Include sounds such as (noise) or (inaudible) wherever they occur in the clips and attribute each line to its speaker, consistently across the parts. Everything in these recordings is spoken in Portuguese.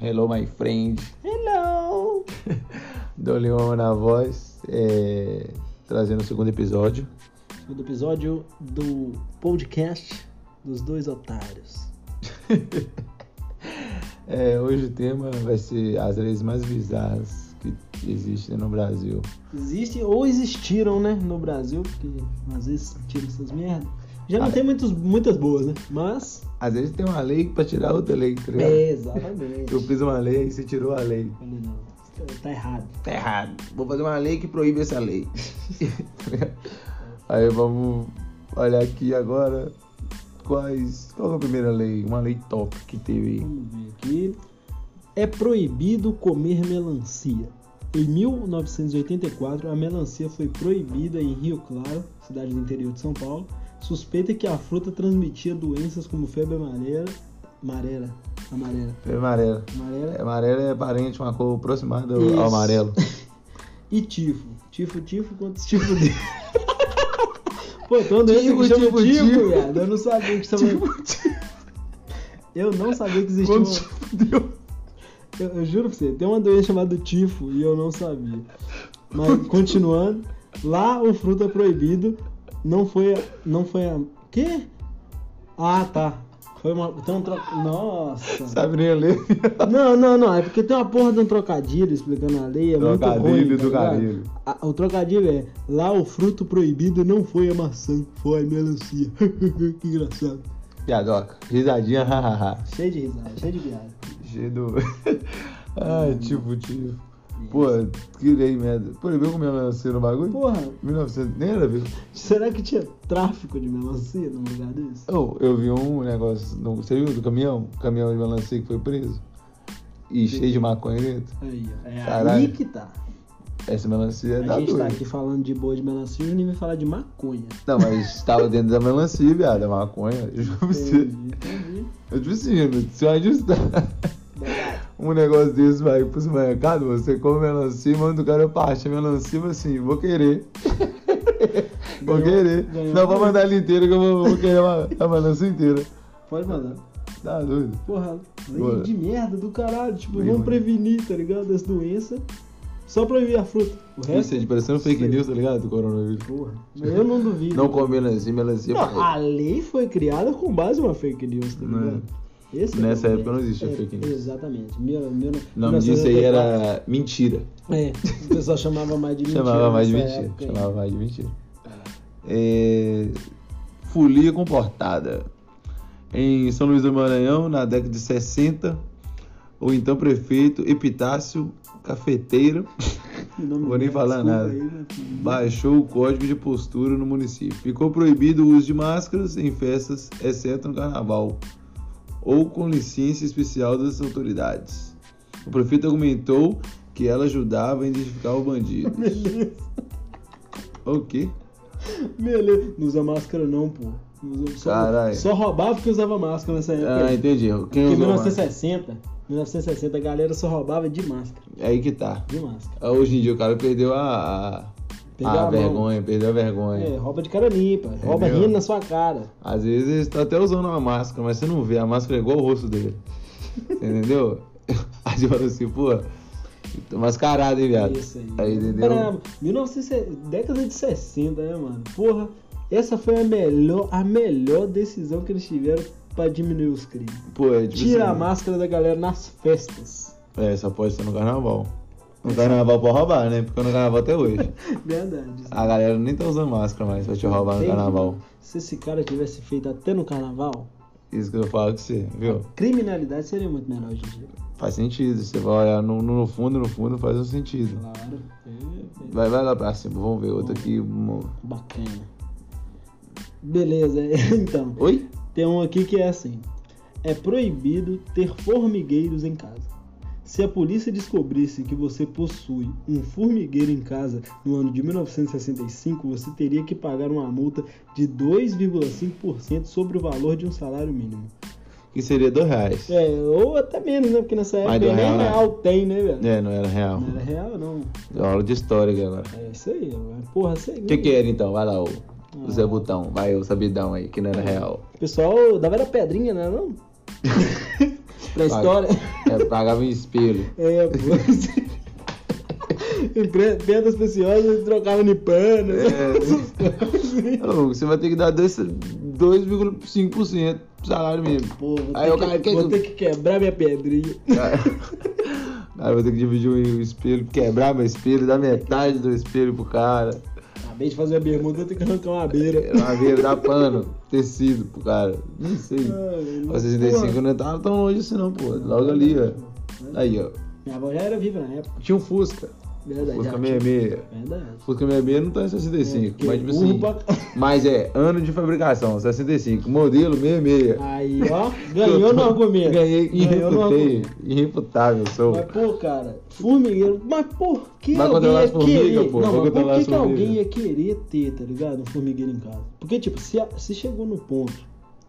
Speaker 1: Hello, my friend.
Speaker 2: Hello!
Speaker 1: Dom Leon na voz, é, trazendo o segundo episódio.
Speaker 2: Segundo episódio do podcast dos dois otários.
Speaker 1: É, hoje o tema vai ser as leis mais bizarras que existem no Brasil.
Speaker 2: Existem ou existiram, né, no Brasil, porque às vezes tira essas merdas. Já não
Speaker 1: Ah,
Speaker 2: tem muitos, muitas boas, né? Mas.
Speaker 1: Às vezes tem uma lei pra tirar outra lei, tá ligado?
Speaker 2: É, (laughs) exatamente.
Speaker 1: Eu fiz uma lei e você tirou a lei.
Speaker 2: Falei, não, tá- tá errado.
Speaker 1: Tá errado. Vou fazer uma lei que proíbe essa lei. (laughs) Aí vamos olhar aqui agora quais. Qual foi a primeira lei? Uma lei top que teve.
Speaker 2: Vamos ver aqui. É proibido comer melancia. Em 1984, a melancia foi proibida em Rio Claro, cidade do interior de São Paulo. Suspeita que a fruta transmitia doenças como febre amarela, amarela, amarela,
Speaker 1: Foi amarela.
Speaker 2: amarela
Speaker 1: É, Amarelo é parente, uma cor aproximada ao-
Speaker 2: Isso.
Speaker 1: ao amarelo.
Speaker 2: e tifo. Tifo, tifo, quantos tifo de... (laughs) Pô, tô andando
Speaker 1: Tifo,
Speaker 2: que chama
Speaker 1: tifo,
Speaker 2: tifo,
Speaker 1: tifo.
Speaker 2: viado. Eu não sabia que chama... Eu não sabia que existia
Speaker 1: Quando
Speaker 2: uma...
Speaker 1: se fudeu.
Speaker 2: Eu, eu juro pra você, tem uma doença chamada tifo e eu não sabia.
Speaker 1: (laughs)
Speaker 2: Mas continuando, lá o fruto é proibido. Não foi. Não foi a. Quê? Ah, tá. Foi uma. Tem um tro... Nossa.
Speaker 1: Sabe nem ler.
Speaker 2: Não, não, não. É porque tem uma porra de um trocadilho explicando a lei. É muito ruim,
Speaker 1: Trocadilho
Speaker 2: tá
Speaker 1: do
Speaker 2: ligado?
Speaker 1: caralho.
Speaker 2: A- o trocadilho é: lá o fruto proibido não foi a maçã, foi a melancia. (laughs) que engraçado.
Speaker 1: Piadoca. Risadinha, hahaha.
Speaker 2: Cheio de risada, cheio de piada.
Speaker 1: Cheio do. Ai, tipo, tipo. Pô, que lei merda. Proibiu comer melancia no bagulho?
Speaker 2: Porra,
Speaker 1: 1900, nem era, viu?
Speaker 2: Será que tinha tráfico de melancia num lugar desse?
Speaker 1: Oh, eu vi um negócio, no, você viu do caminhão? Caminhão de melancia que foi preso. E cheio de maconha dentro.
Speaker 2: Aí, ó. É
Speaker 1: Caralho.
Speaker 2: aí que tá.
Speaker 1: Essa melancia é
Speaker 2: A
Speaker 1: da
Speaker 2: gente
Speaker 1: doida.
Speaker 2: tá aqui falando de boa de melancia e o Juninho vai falar de maconha.
Speaker 1: Não, mas tava dentro da melancia, viado, a maconha. Eu juro pra você.
Speaker 2: Entendi, entendi.
Speaker 1: Eu tipo assim, se eu ajustar um negócio desse vai pro supermercado, você come melancia e manda o cara parte a melancia e fala assim, vou querer. vou
Speaker 2: Ganhou-
Speaker 1: querer.
Speaker 2: ganhou. um
Speaker 1: Não, vou mandar ela inteira que eu vou, vou querer a, a melancia inteira.
Speaker 2: Pode mandar.
Speaker 1: Tá doido.
Speaker 2: Porra, lei
Speaker 1: Boa.
Speaker 2: de merda do caralho. Tipo,
Speaker 1: Bem
Speaker 2: vamos
Speaker 1: ruim.
Speaker 2: prevenir, tá ligado? Dessa doença. Só proibir a fruta. O
Speaker 1: Isso
Speaker 2: resto.
Speaker 1: aí, é parecendo fake
Speaker 2: Sei.
Speaker 1: news, tá ligado? Do coronavírus.
Speaker 2: Porra. Eu não duvido.
Speaker 1: Não come melancia, melancia.
Speaker 2: Não, ah,
Speaker 1: pra-
Speaker 2: a lei foi criada com base em uma fake news, tá
Speaker 1: Não é.
Speaker 2: ligado? Esse o
Speaker 1: Nessa
Speaker 2: problema. É,
Speaker 1: época não existia fake news.
Speaker 2: Exatamente. Meu, meu,
Speaker 1: O nome disso aí era mentira.
Speaker 2: É, o pessoal chamava mais de mentira.
Speaker 1: Chamava mais de
Speaker 2: nessa
Speaker 1: mentira.
Speaker 2: época aí.
Speaker 1: Chamava mais de mentira. É, Folia comportada. Em São Luís do Maranhão, na década de 60, o então prefeito Epitácio Cafeteiro
Speaker 2: O nome
Speaker 1: Vou nem
Speaker 2: dele,
Speaker 1: falar
Speaker 2: desculpa
Speaker 1: nada.
Speaker 2: aí, né?
Speaker 1: baixou o código de postura no município. Ficou proibido o uso de máscaras em festas, exceto no carnaval, ou com licença especial das autoridades. O prefeito argumentou que ela ajudava a identificar o bandido.
Speaker 2: (laughs) Beleza,
Speaker 1: O quê?
Speaker 2: beleza. Não usa máscara não, pô. Não usa- Só,
Speaker 1: Caralho.
Speaker 2: só roubava porque usava máscara nessa época.
Speaker 1: Ah,
Speaker 2: aí.
Speaker 1: entendi. Quem
Speaker 2: porque em
Speaker 1: usou máscara?
Speaker 2: 1960, 1960 a galera só roubava de máscara.
Speaker 1: Aí que tá.
Speaker 2: De máscara.
Speaker 1: Hoje em dia o cara perdeu a, a,
Speaker 2: Perdeu
Speaker 1: a
Speaker 2: a mão.
Speaker 1: Ah, vergonha, perdeu a vergonha.
Speaker 2: É, rouba de cara limpa. Rouba
Speaker 1: Entendeu?
Speaker 2: rindo na sua cara.
Speaker 1: Às vezes ele tá até usando uma máscara, mas você não vê, a máscara é igual o rosto dele. Entendeu? (laughs) Aí eu falo assim, pô, tô mascarado, hein, viado?
Speaker 2: É Isso aí.
Speaker 1: Aí, entendeu?
Speaker 2: Bravo. 1960, década de 60, né, mano? Porra, essa foi a melhor, a melhor decisão que eles tiveram pra diminuir os crimes.
Speaker 1: Pô, é tipo
Speaker 2: Tira a
Speaker 1: assim,
Speaker 2: máscara da galera nas festas.
Speaker 1: É, só pode ser no carnaval. No carnaval pode roubar, né? Porque no carnaval até hoje.
Speaker 2: Verdade.
Speaker 1: A galera nem tá usando máscara mais pra te roubar no
Speaker 2: Entendi.
Speaker 1: carnaval.
Speaker 2: Se esse cara tivesse feito até no carnaval,
Speaker 1: Isso que eu falo com você, viu?
Speaker 2: criminalidade seria muito menor hoje em dia.
Speaker 1: Faz sentido. Você vai olhar no, no fundo, no fundo, faz um sentido.
Speaker 2: Claro. É,
Speaker 1: Vai, vai lá pra cima, vamos ver outro aqui. mo-
Speaker 2: é bacana. Beleza, (laughs) então.
Speaker 1: Oi?
Speaker 2: Tem um aqui que é assim: é proibido ter formigueiros em casa. Se a polícia descobrisse que você possui um formigueiro em casa no ano de 1965, você teria que pagar uma multa de 2,5% sobre o valor de um salário mínimo.
Speaker 1: Que seria dois reais.
Speaker 2: É, ou até menos, né? Porque nessa
Speaker 1: Mas
Speaker 2: época
Speaker 1: do
Speaker 2: nem
Speaker 1: real,
Speaker 2: real,
Speaker 1: né?
Speaker 2: tem, né, velho?
Speaker 1: É, não era real.
Speaker 2: Não era real, não.
Speaker 1: Deu aula de história aqui agora.
Speaker 2: É isso aí, mano. Porra, sei.
Speaker 1: O que, que era então? Vai lá, o,
Speaker 2: Ah.
Speaker 1: o Zé Butão. Vai, o Sabidão aí, que não era real.
Speaker 2: O pessoal dava era pedrinha, né? Não? (laughs) Pra história.
Speaker 1: É, pagava em espelho.
Speaker 2: É, (laughs) pô. Em pre- Pedras preciosas trocava em pano.
Speaker 1: É.
Speaker 2: essas coisas. assim.
Speaker 1: Ô, você vai ter que dar dois- 2,5% do salário
Speaker 2: (laughs)
Speaker 1: mesmo.
Speaker 2: Pô, vou,
Speaker 1: Aí
Speaker 2: ter
Speaker 1: o
Speaker 2: que,
Speaker 1: cara quer-
Speaker 2: vou ter que quebrar minha pedrinha.
Speaker 1: Cara, cara, vou ter que dividir o espelho, quebrar meu espelho, dar metade do espelho pro cara.
Speaker 2: Acabei de fazer a bermuda, vou ter que arrancar uma beira.
Speaker 1: Uma vez dar pano, tecido pro cara. Não sei.
Speaker 2: Ai,
Speaker 1: Ó, 65
Speaker 2: pô.
Speaker 1: não tava tão longe assim não, pô. Logo ali, ó. Aí, ó.
Speaker 2: Minha avó já era viva na época.
Speaker 1: Tinha um Fusca.
Speaker 2: Verdade. já
Speaker 1: Fusca
Speaker 2: tinha-
Speaker 1: 66.
Speaker 2: Verdade.
Speaker 1: Fusca 66 não tá em 65,
Speaker 2: É,
Speaker 1: mas tipo
Speaker 2: porque burro
Speaker 1: assim.
Speaker 2: pra- (laughs)
Speaker 1: Mas é, ano de fabricação, 65. Modelo 66.
Speaker 2: Aí, ó, ganhou no
Speaker 1: (laughs)
Speaker 2: argumento.
Speaker 1: Ganhei,
Speaker 2: ganhou no
Speaker 1: irrefutei.
Speaker 2: argumento.
Speaker 1: Irrefutável, sou.
Speaker 2: Mas, pô, cara, formigueiro. Mas por que
Speaker 1: Vai
Speaker 2: alguém
Speaker 1: controlar
Speaker 2: ia
Speaker 1: as formigas,
Speaker 2: querer?
Speaker 1: pô, vai
Speaker 2: Não, mas por
Speaker 1: controlar
Speaker 2: que,
Speaker 1: as
Speaker 2: que alguém
Speaker 1: formigas.
Speaker 2: ia querer ter, tá ligado? Um formigueiro em casa. Porque, tipo, se, a- se chegou no ponto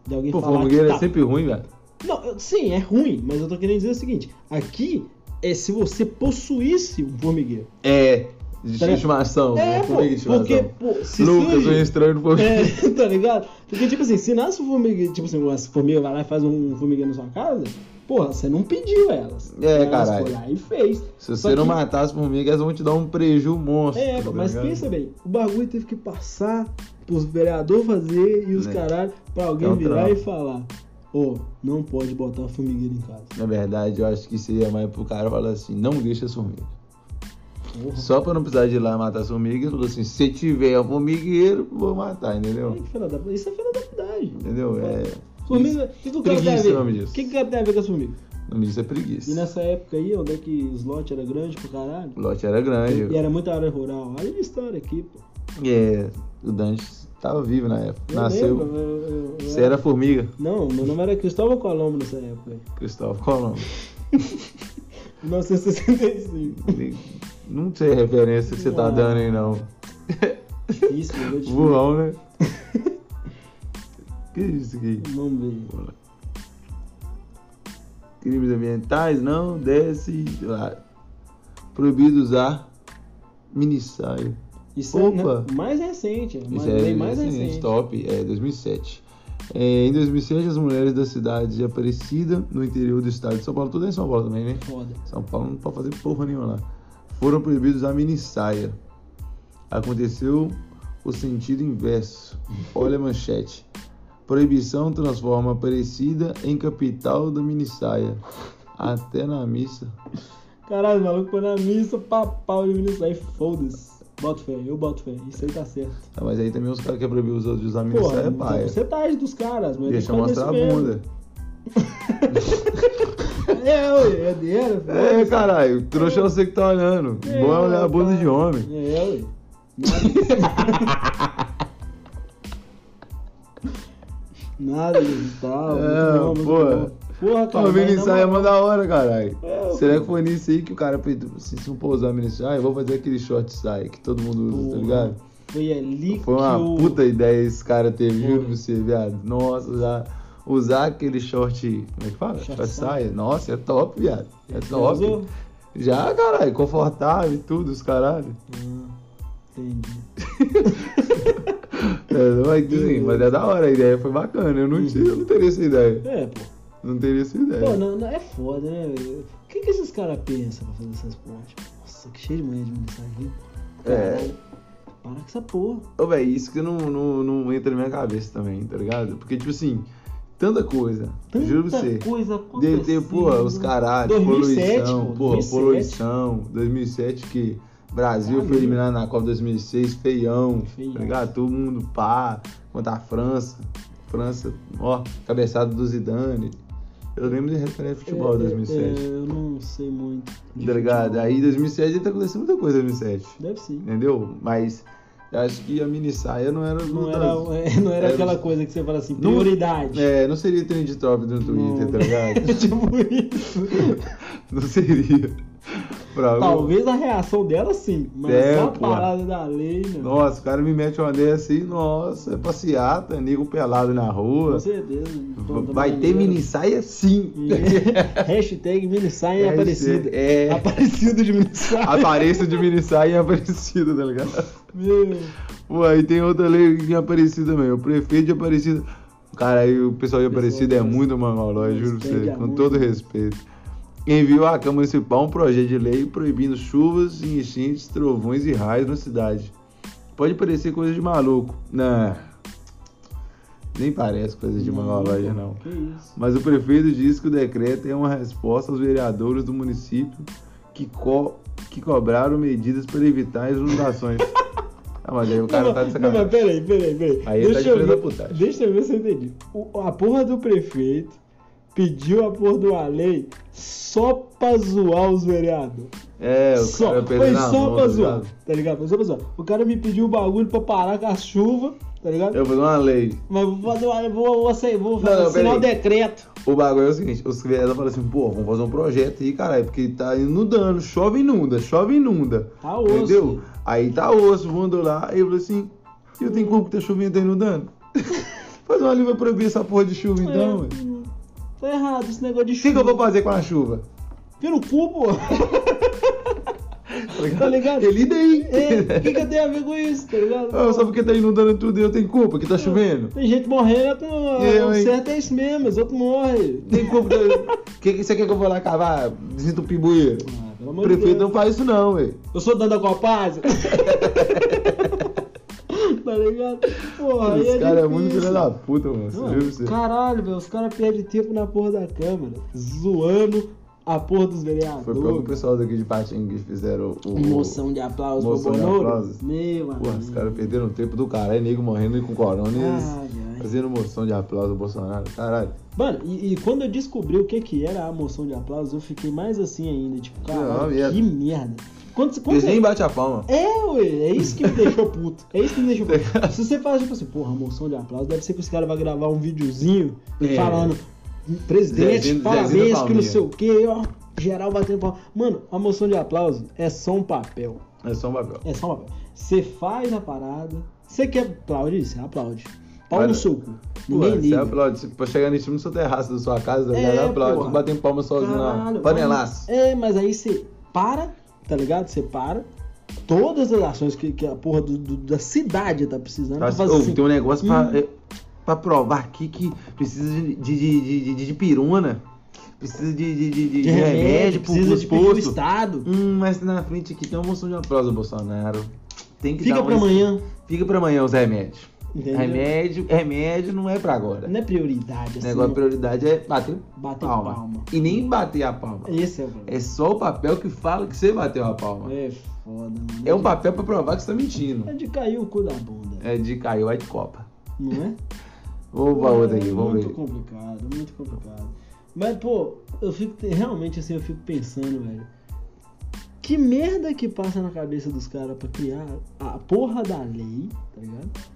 Speaker 2: de alguém
Speaker 1: Pô,
Speaker 2: falar.
Speaker 1: formigueiro
Speaker 2: que tá-
Speaker 1: é sempre ruim, velho.
Speaker 2: Não, eu- sim, é ruim, mas eu tô querendo dizer o seguinte: aqui é se você possuísse um formigueiro.
Speaker 1: É. De
Speaker 2: Tá
Speaker 1: estimação. né?
Speaker 2: é, pô,
Speaker 1: Formiga de
Speaker 2: porque,
Speaker 1: estimação.
Speaker 2: pô, se
Speaker 1: Lucas, o
Speaker 2: surge-
Speaker 1: estranho do Formiga.
Speaker 2: (laughs) É, tá ligado? Porque, tipo assim, se nasce um formigueiro, tipo assim, as formigas vai lá e faz um formigueiro na sua casa, porra, você não pediu elas.
Speaker 1: É,
Speaker 2: elas
Speaker 1: caralho.
Speaker 2: foi lá e fez.
Speaker 1: Se você
Speaker 2: Só que-
Speaker 1: não matar as formigas, elas vão te dar um preju monstro.
Speaker 2: É,
Speaker 1: tá
Speaker 2: mas
Speaker 1: ligado?
Speaker 2: pensa bem, o bagulho teve que passar pros vereadores fazer e os
Speaker 1: Né.
Speaker 2: caralho, pra alguém
Speaker 1: É um
Speaker 2: virar
Speaker 1: trampo.
Speaker 2: e falar, ô, não pode botar formigueiro em casa.
Speaker 1: Na verdade, eu acho que seria mais pro cara falar assim, não deixa as formigas.
Speaker 2: Porra.
Speaker 1: Só pra não precisar de ir lá matar as formigas, ele falou assim, se tiver um formigueiro, vou matar, entendeu?
Speaker 2: Ai, que fila da- Isso é fila da pudagem.
Speaker 1: Entendeu? É.
Speaker 2: Formiga, o que, que o cara tem
Speaker 1: Preguiça
Speaker 2: a
Speaker 1: é o
Speaker 2: ver?
Speaker 1: nome
Speaker 2: O
Speaker 1: disso.
Speaker 2: que, que o cara tem a ver com as formigas?
Speaker 1: O nome disso é
Speaker 2: E
Speaker 1: preguiça.
Speaker 2: nessa época aí, onde é que os lotes eram grandes pro caralho,
Speaker 1: O lote era grande.
Speaker 2: e era muita área rural, olha a história aqui, pô.
Speaker 1: É, o Dantes tava vivo na época.
Speaker 2: Eu
Speaker 1: Nasceu.
Speaker 2: lembro, eu- eu- eu
Speaker 1: Você era formiga,
Speaker 2: Não, meu nome era Cristóvão Colombo nessa época, aí.
Speaker 1: Cristóvão. Qual o nome?
Speaker 2: 1965.
Speaker 1: Não sei a referência que você tá
Speaker 2: Ah.
Speaker 1: dando aí, não.
Speaker 2: Difícil, meu Deus.
Speaker 1: Voão,
Speaker 2: (laughs)
Speaker 1: né? que isso aqui?
Speaker 2: Vamos ver.
Speaker 1: Vamos lá. Crimes ambientais, não? Desce. lá. Proibido usar minissaio.
Speaker 2: Isso
Speaker 1: Opa.
Speaker 2: é mais recente, é uma
Speaker 1: Isso
Speaker 2: lei
Speaker 1: é
Speaker 2: mais
Speaker 1: assim,
Speaker 2: recente.
Speaker 1: top, é 2007. É, em 2007, as mulheres da cidade de Aparecida, no interior do estado de São Paulo, tudo é em São Paulo também, né?
Speaker 2: Foda.
Speaker 1: São Paulo não pode fazer porra nenhuma lá. Foram proibidos a mini saia. Aconteceu o sentido inverso. Olha a manchete. Proibição transforma Aparecida em capital da mini saia. Até na missa.
Speaker 2: Caralho, o maluco foi na missa, papau de menino sair, foda-se. Boto fé, eu boto fé. Isso aí tá certo.
Speaker 1: Ah, mas aí também os caras que proibem os outros de usar mini
Speaker 2: Pô,
Speaker 1: saia é paia.
Speaker 2: você tá aí dos caras, mas
Speaker 1: Deixa eu mostrar a
Speaker 2: (laughs)
Speaker 1: bunda.
Speaker 2: É, ué, é dele,
Speaker 1: (laughs)
Speaker 2: pô.
Speaker 1: É, caralho, trouxa é você que tá olhando.
Speaker 2: É,
Speaker 1: Bom é olhar a bunda
Speaker 2: cara.
Speaker 1: de homem.
Speaker 2: É, ué. Nada (laughs) tá, digital.
Speaker 1: É, porra.
Speaker 2: Porra, cara.
Speaker 1: Ó, o
Speaker 2: vai
Speaker 1: mini
Speaker 2: na
Speaker 1: saia é
Speaker 2: moral.
Speaker 1: mó da hora, caralho.
Speaker 2: É,
Speaker 1: Será
Speaker 2: pô.
Speaker 1: que foi nisso aí que o cara pediu? assim, Se não pôr usar mini saia, eu vou fazer aquele short saia que todo mundo usa, tá
Speaker 2: Porra.
Speaker 1: ligado?
Speaker 2: Foi ali
Speaker 1: Foi
Speaker 2: que
Speaker 1: uma
Speaker 2: o...
Speaker 1: puta ideia esse cara teve,
Speaker 2: Foi.
Speaker 1: juro pra você, viado. Nossa, usar, usar aquele short. Como é que fala?
Speaker 2: Short
Speaker 1: Short
Speaker 2: saia.
Speaker 1: saia. Nossa, é top, viado. É
Speaker 2: Já
Speaker 1: top.
Speaker 2: usou?
Speaker 1: Já, caralho, confortável e tudo, os caralho.
Speaker 2: Ah, entendi.
Speaker 1: É, mas, assim, mas é da hora, a ideia foi bacana. Eu não, tinha, eu não teria essa ideia.
Speaker 2: É, pô.
Speaker 1: Não teria essa ideia.
Speaker 2: Pô, não, não, é foda, né? velho? O que, que esses caras pensam pra fazer essas porra? Tipo, nossa, que cheio de manhã de mensagem, viu?
Speaker 1: É.
Speaker 2: Caralho. Para com essa porra.
Speaker 1: Ô, velho, isso que não, não, não entra na minha cabeça também, tá ligado? Porque, tipo assim, tanta coisa,
Speaker 2: Tanta
Speaker 1: juro pra você.
Speaker 2: coisa
Speaker 1: De,
Speaker 2: acontecendo.
Speaker 1: de, porra, os caralho,
Speaker 2: 2007,
Speaker 1: poluição,
Speaker 2: pô,
Speaker 1: porra,
Speaker 2: 2007.
Speaker 1: poluição, 2007 que Brasil
Speaker 2: Caralho.
Speaker 1: foi eliminado na Copa 2006, feião,
Speaker 2: Feião.
Speaker 1: tá ligado? Todo mundo pá, contra a França, França, ó, cabeçada do Zidane. Eu lembro de referência de futebol
Speaker 2: É, é,
Speaker 1: 2007,
Speaker 2: é, eu não sei muito. de
Speaker 1: tá ligado?
Speaker 2: futebol.
Speaker 1: Aí 2007 tá acontecendo muita coisa em 2007,
Speaker 2: Deve sim.
Speaker 1: entendeu? Mas eu acho que a mini saia não era...
Speaker 2: Não
Speaker 1: das-
Speaker 2: era, é, não era
Speaker 1: era-
Speaker 2: aquela coisa que você fala assim,
Speaker 1: Não-
Speaker 2: prioridade. (laughs)
Speaker 1: É, não seria trend top no Twitter,
Speaker 2: Não.
Speaker 1: tá ligado?
Speaker 2: tipo isso.
Speaker 1: (laughs) Não seria.
Speaker 2: (laughs)
Speaker 1: Pra
Speaker 2: Talvez a reação dela sim, mas
Speaker 1: Tá É,
Speaker 2: só a
Speaker 1: pô.
Speaker 2: parada da lei, né?
Speaker 1: Nossa, o cara me mete uma dessa aí, nossa, é passeata, nego pelado na
Speaker 2: Com
Speaker 1: rua.
Speaker 2: certeza. Todo
Speaker 1: Vai ter
Speaker 2: maneiro.
Speaker 1: mini saia sim. (laughs)
Speaker 2: E- é, (laughs) Hashtag mini saia
Speaker 1: Vai
Speaker 2: aparecida.
Speaker 1: ser-
Speaker 2: (laughs)
Speaker 1: É.
Speaker 2: Aparecido de mini
Speaker 1: Ah,
Speaker 2: saia.
Speaker 1: Apareça de mini saia em Aparecida, tá ligado?
Speaker 2: Meu,
Speaker 1: Pô, aí tem outra lei em Aparecida também. O prefeito de Aparecida Cara, aí o pessoal de Aparecida é
Speaker 2: Pessoal de
Speaker 1: muito mangolói,
Speaker 2: Respeite
Speaker 1: juro pra você,
Speaker 2: a
Speaker 1: com
Speaker 2: música.
Speaker 1: todo respeito. Enviou à Câmara Municipal um projeto de lei proibindo chuvas, enchentes, trovões e raios na cidade. Pode parecer coisa de maluco. Não. Nem parece coisa de mangolói, não.
Speaker 2: Que isso.
Speaker 1: Mas o prefeito diz que o decreto é uma resposta aos vereadores do município que, co- que cobraram medidas para evitar as
Speaker 2: (laughs)
Speaker 1: inundações. ah, mas aí o cara
Speaker 2: não,
Speaker 1: tá de
Speaker 2: mas- não, mas
Speaker 1: sacanagem.
Speaker 2: peraí, peraí, peraí.
Speaker 1: Aí ele tá de
Speaker 2: eu
Speaker 1: filho da
Speaker 2: ver-
Speaker 1: putagem.
Speaker 2: Deixa eu ver se eu entendi. O- a porra do prefeito pediu a porra de uma lei só pra zoar os vereadores.
Speaker 1: É, o
Speaker 2: só,
Speaker 1: cara
Speaker 2: foi
Speaker 1: perdeu na
Speaker 2: só
Speaker 1: mão,
Speaker 2: pra
Speaker 1: tá
Speaker 2: zoar,
Speaker 1: ligado?
Speaker 2: tá ligado? Foi só pra zoar. O cara me pediu o bagulho pra parar com a chuva, tá ligado?
Speaker 1: Eu vou dar uma lei.
Speaker 2: Mas vou, fazer uma- vou, vou, ace- vou,
Speaker 1: Não, não,
Speaker 2: assinar
Speaker 1: peraí.
Speaker 2: o decreto.
Speaker 1: O bagulho é o seguinte, os vereadores falam assim, pô, vamos fazer um projeto aí, caralho, porque tá inundando, chove e inunda, chove e inunda.
Speaker 2: Tá osso.
Speaker 1: Entendeu? Aí tá osso, vamos lá, aí eu falo assim, e eu tenho culpa que tá chovendo e tá inundando?
Speaker 2: (laughs)
Speaker 1: fazer uma lei pra proibir essa porra de chuva
Speaker 2: É.
Speaker 1: então, ué. O
Speaker 2: Tá errado esse negócio de chuva.
Speaker 1: que, que eu vou fazer com a chuva?
Speaker 2: Pira o cu, pô.
Speaker 1: (laughs)
Speaker 2: Tá ligado?
Speaker 1: Ele daí.
Speaker 2: Ei, O que, que eu tenho a ver com isso, tá ligado?
Speaker 1: É. Ah, só porque tá inundando tudo e eu tenho culpa que tá chovendo?
Speaker 2: Tem gente morrendo,
Speaker 1: Eu,
Speaker 2: o
Speaker 1: hein?
Speaker 2: certo é isso mesmo, os outros morrem.
Speaker 1: Tem culpa que eu... que, que você quer que eu vou lá cavar, desentupir bueiro?
Speaker 2: Ah, pelo
Speaker 1: O
Speaker 2: amor de
Speaker 1: prefeito não
Speaker 2: Deus.
Speaker 1: faz isso não, ué.
Speaker 2: Eu sou dono da
Speaker 1: (laughs)
Speaker 2: Copaz. (laughs) tá ligado? Porra, aí
Speaker 1: Esse
Speaker 2: é
Speaker 1: cara é muito
Speaker 2: difícil.
Speaker 1: filho da puta, mano. Você
Speaker 2: Mano,
Speaker 1: viu você?
Speaker 2: Caralho, velho, os caras perdem tempo na porra da câmara, zoando a porra dos vereadores.
Speaker 1: Foi o próprio pessoal daqui de Patinga que fizeram o. o
Speaker 2: Moção de aplauso pro
Speaker 1: Moção de
Speaker 2: Bonoro.
Speaker 1: aplausos.
Speaker 2: Meu
Speaker 1: Porra, os
Speaker 2: amigo.
Speaker 1: caras perderam o tempo do caralho, nego morrendo e com corona e eles
Speaker 2: Ai, ai.
Speaker 1: fazendo moção de aplauso ao Bolsonaro. Caralho.
Speaker 2: Mano, e, e quando eu descobri o que que era a moção de aplauso, eu fiquei mais assim ainda, tipo,
Speaker 1: Não,
Speaker 2: caralho,
Speaker 1: merda.
Speaker 2: que merda. Quando, quando
Speaker 1: Eles
Speaker 2: você-
Speaker 1: nem batem a palma.
Speaker 2: É, ué, é isso que me deixou puto. É isso que me deixou
Speaker 1: (laughs)
Speaker 2: puto. Se você faz tipo assim, porra, moção de aplauso, deve ser que os caras vão gravar um videozinho
Speaker 1: É.
Speaker 2: falando, presidente,
Speaker 1: Zezinho- Zezinho
Speaker 2: parabéns,
Speaker 1: da
Speaker 2: que não sei
Speaker 1: Palminha.
Speaker 2: o que, ó, geral batendo palma. Mano, a moção de aplauso é só um papel.
Speaker 1: É só um papel.
Speaker 2: É só um papel. Você faz a parada, você quer aplaudir, você aplaude. Pau no
Speaker 1: Mas-
Speaker 2: seu
Speaker 1: Pô,
Speaker 2: cu. Ninguém
Speaker 1: você
Speaker 2: liga.
Speaker 1: aplaude. Se pra chegar em cima do seu terraço da sua casa,
Speaker 2: É,
Speaker 1: é, aplaude.
Speaker 2: porra.
Speaker 1: Não batem palma sozinho lá.
Speaker 2: Caralho,
Speaker 1: Panelaço.
Speaker 2: mas- É, mas aí você para, tá ligado? Você para. Todas as ações que, que a porra do- do- da cidade tá precisando.
Speaker 1: Tá,
Speaker 2: pra fazer
Speaker 1: ô,
Speaker 2: assim,
Speaker 1: Tem um negócio
Speaker 2: Hum.
Speaker 1: pra, é, pra provar aqui que precisa de, de, de, de, de- de pirona. Precisa de, de, de, de- de remédio, pro-
Speaker 2: precisa
Speaker 1: pros
Speaker 2: de pedir o
Speaker 1: postos.
Speaker 2: Estado.
Speaker 1: Hum, mas na frente aqui tem uma moção de aplauso ao Bolsonaro. Tem que
Speaker 2: Fica
Speaker 1: dar
Speaker 2: pra
Speaker 1: um...
Speaker 2: amanhã.
Speaker 1: Fica pra amanhã os remédios.
Speaker 2: Entendeu?
Speaker 1: Remédio, remédio não é pra agora.
Speaker 2: Não é prioridade,
Speaker 1: o
Speaker 2: assim.
Speaker 1: negócio,
Speaker 2: né?
Speaker 1: de prioridade é bater,
Speaker 2: Bater
Speaker 1: palma.
Speaker 2: palma.
Speaker 1: E nem bater a palma.
Speaker 2: Esse é o problema.
Speaker 1: É só o papel que fala que você bateu a palma. É,
Speaker 2: É foda, mano.
Speaker 1: um papel pra provar que você tá mentindo.
Speaker 2: É de cair o cu da bunda,
Speaker 1: É de caiu, é de copa.
Speaker 2: não é?
Speaker 1: Vou pra outra aqui,
Speaker 2: É
Speaker 1: vamos
Speaker 2: muito
Speaker 1: ver.
Speaker 2: complicado, muito complicado. Mas, pô, eu fico te- realmente assim, eu fico pensando, velho. Que merda que passa na cabeça dos caras pra criar a porra da lei, tá ligado?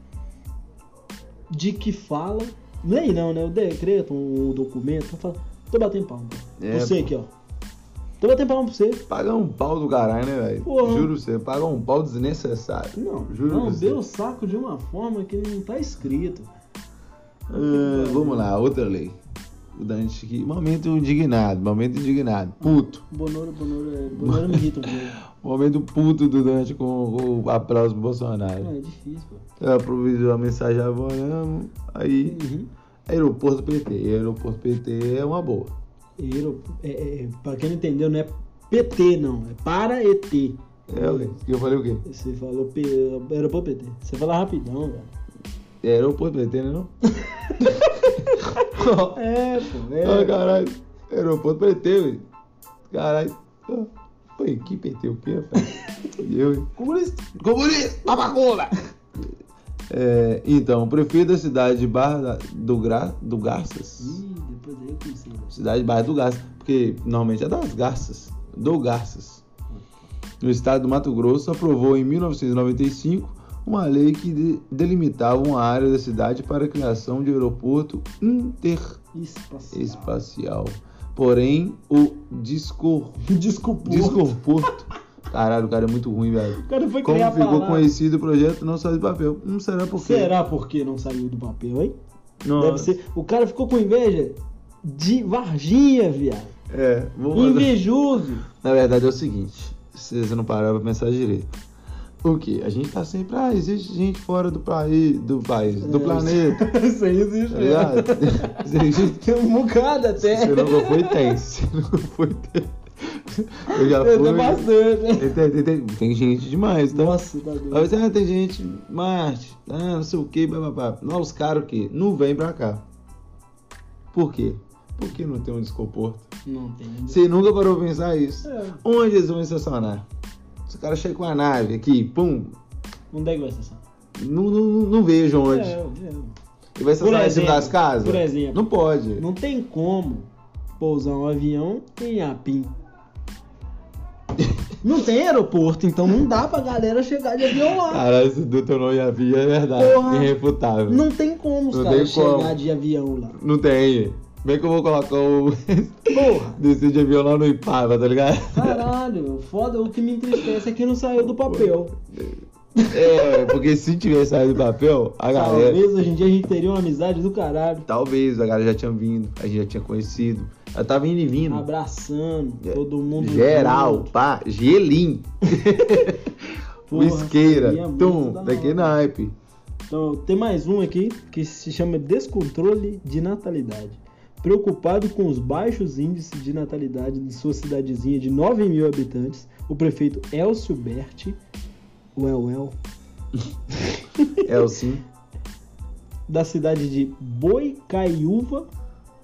Speaker 2: De que fala. Lei não, né? O decreto, um documento, pra falar. Tô batendo palma.
Speaker 1: É,
Speaker 2: você
Speaker 1: pô.
Speaker 2: aqui, ó. Tô batendo palma pra você.
Speaker 1: Pagar um pau do caralho, né, velho?
Speaker 2: Porra.
Speaker 1: Juro pra você, pagar um pau desnecessário.
Speaker 2: Não,
Speaker 1: juro
Speaker 2: não,
Speaker 1: pra você.
Speaker 2: deu o saco de uma forma que não tá escrito.
Speaker 1: Ah, vamos lá, outra lei. O Dante aqui. Momento indignado, momento indignado. Puto.
Speaker 2: Bonoro, Bonoro, é- Bonoro me irrita
Speaker 1: (laughs)
Speaker 2: um pouco.
Speaker 1: Momento puto do Dante com o aplauso pro
Speaker 2: Não,
Speaker 1: Bolsonaro.
Speaker 2: é difícil, pô.
Speaker 1: Ela improvisou a mensagem avó, Aí,
Speaker 2: Uhum.
Speaker 1: aeroporto PT. Aeroporto PT é uma boa.
Speaker 2: Euro, é, é, é, pra quem não entendeu, não é PT, não. É para ET. Hum.
Speaker 1: É, ué. E eu falei o quê?
Speaker 2: Você falou P, era pro PT. Você fala rapidão, velho.
Speaker 1: É aeroporto PT, né não?
Speaker 2: É, pô.
Speaker 1: Ah,
Speaker 2: É,
Speaker 1: caralho. Aeroporto PT, ué. Caralho. Ah, Foi que PT o quê, velho? E eu, hein?
Speaker 2: comunista.
Speaker 1: Comunista, babacola! É, então, o prefeito da cidade de Barra da- do, Gra, do Garças.
Speaker 2: Ih, depois aí eu comecei. velho.
Speaker 1: Cidade de Barra do Garças, porque normalmente é das Garças. Do Garças. No estado do Mato Grosso, aprovou em 1995 uma lei que de- delimitava uma área da cidade para a criação de aeroporto
Speaker 2: Espacial.
Speaker 1: interespacial. Porém, o discor,
Speaker 2: Desculpa.
Speaker 1: discorporto. Caralho, o cara é muito ruim, velho.
Speaker 2: O cara foi
Speaker 1: Como
Speaker 2: criar a
Speaker 1: ficou
Speaker 2: palavra.
Speaker 1: conhecido o projeto não sai do papel. Não será por quê?
Speaker 2: Será porque não saiu do papel, hein?
Speaker 1: Não.
Speaker 2: Deve ser. O cara ficou com inveja de Varginha, viado.
Speaker 1: É, vou mandar-
Speaker 2: Invejoso.
Speaker 1: Na verdade é o seguinte, se você não parar pra pensar direito. O quê? A gente tá sempre, ah, existe gente fora do país, do país, do
Speaker 2: É,
Speaker 1: planeta.
Speaker 2: (laughs) Isso aí existe.
Speaker 1: Tá
Speaker 2: né? (laughs)
Speaker 1: ligado? Existe
Speaker 2: Tem um bocado até.
Speaker 1: Você nunca foi tenso. Você nunca foi tenso. Eu já
Speaker 2: Eu tô
Speaker 1: fui.
Speaker 2: bastante.
Speaker 1: Tem, tem, tem- tem gente demais, então.
Speaker 2: Nossa, tá doido.
Speaker 1: Aí você, ah, tem gente, Marte, ah, não sei o que, bababá. Não, os caras o quê? Não vem pra cá. Por quê? Porque não tem um desconforto.
Speaker 2: Não tem.
Speaker 1: Você nunca parou pra pensar isso.
Speaker 2: É.
Speaker 1: Onde eles vão estacionar? Os caras chegam com a nave aqui, pum.
Speaker 2: Onde é que vai estacionar?
Speaker 1: Não, não, não vejo onde.
Speaker 2: É, é.
Speaker 1: E vai estacionar em cima
Speaker 2: exemplo,
Speaker 1: das casas?
Speaker 2: por exemplo.
Speaker 1: Não pode.
Speaker 2: Não tem como pousar um avião em
Speaker 1: (laughs)
Speaker 2: Apim. não tem aeroporto, então não dá pra galera chegar de avião lá.
Speaker 1: Caralho, esse do teu nome havia é verdade.
Speaker 2: Porra.
Speaker 1: Irrefutável.
Speaker 2: Não tem como os
Speaker 1: Não
Speaker 2: caras
Speaker 1: tem como.
Speaker 2: chegar de avião lá.
Speaker 1: Não tem. Como é que eu vou colocar o. (laughs)
Speaker 2: Porra!
Speaker 1: Descer de avião lá no Ipava, tá ligado?
Speaker 2: Caralho, foda, o que me entristece é que não saiu do papel.
Speaker 1: É, porque se tivesse saído do papel, a galera.
Speaker 2: Talvez hoje em dia a gente teria uma amizade do caralho.
Speaker 1: Talvez a galera já tinha vindo, a gente já tinha conhecido. Ela tava indo e vindo.
Speaker 2: Abraçando, todo mundo.
Speaker 1: É, Geral,
Speaker 2: junto.
Speaker 1: pá, gelim.
Speaker 2: (laughs) Porra,
Speaker 1: Whiskeira,
Speaker 2: seria muito
Speaker 1: tum, tá
Speaker 2: da
Speaker 1: daquele
Speaker 2: hora.
Speaker 1: naipe.
Speaker 2: Então, tem mais um aqui que se chama descontrole de natalidade. Preocupado com os baixos índices de natalidade de sua cidadezinha de 9 mil habitantes, o prefeito Elcio Berti, well, well,
Speaker 1: É o sim.
Speaker 2: da cidade de Boicaiúva,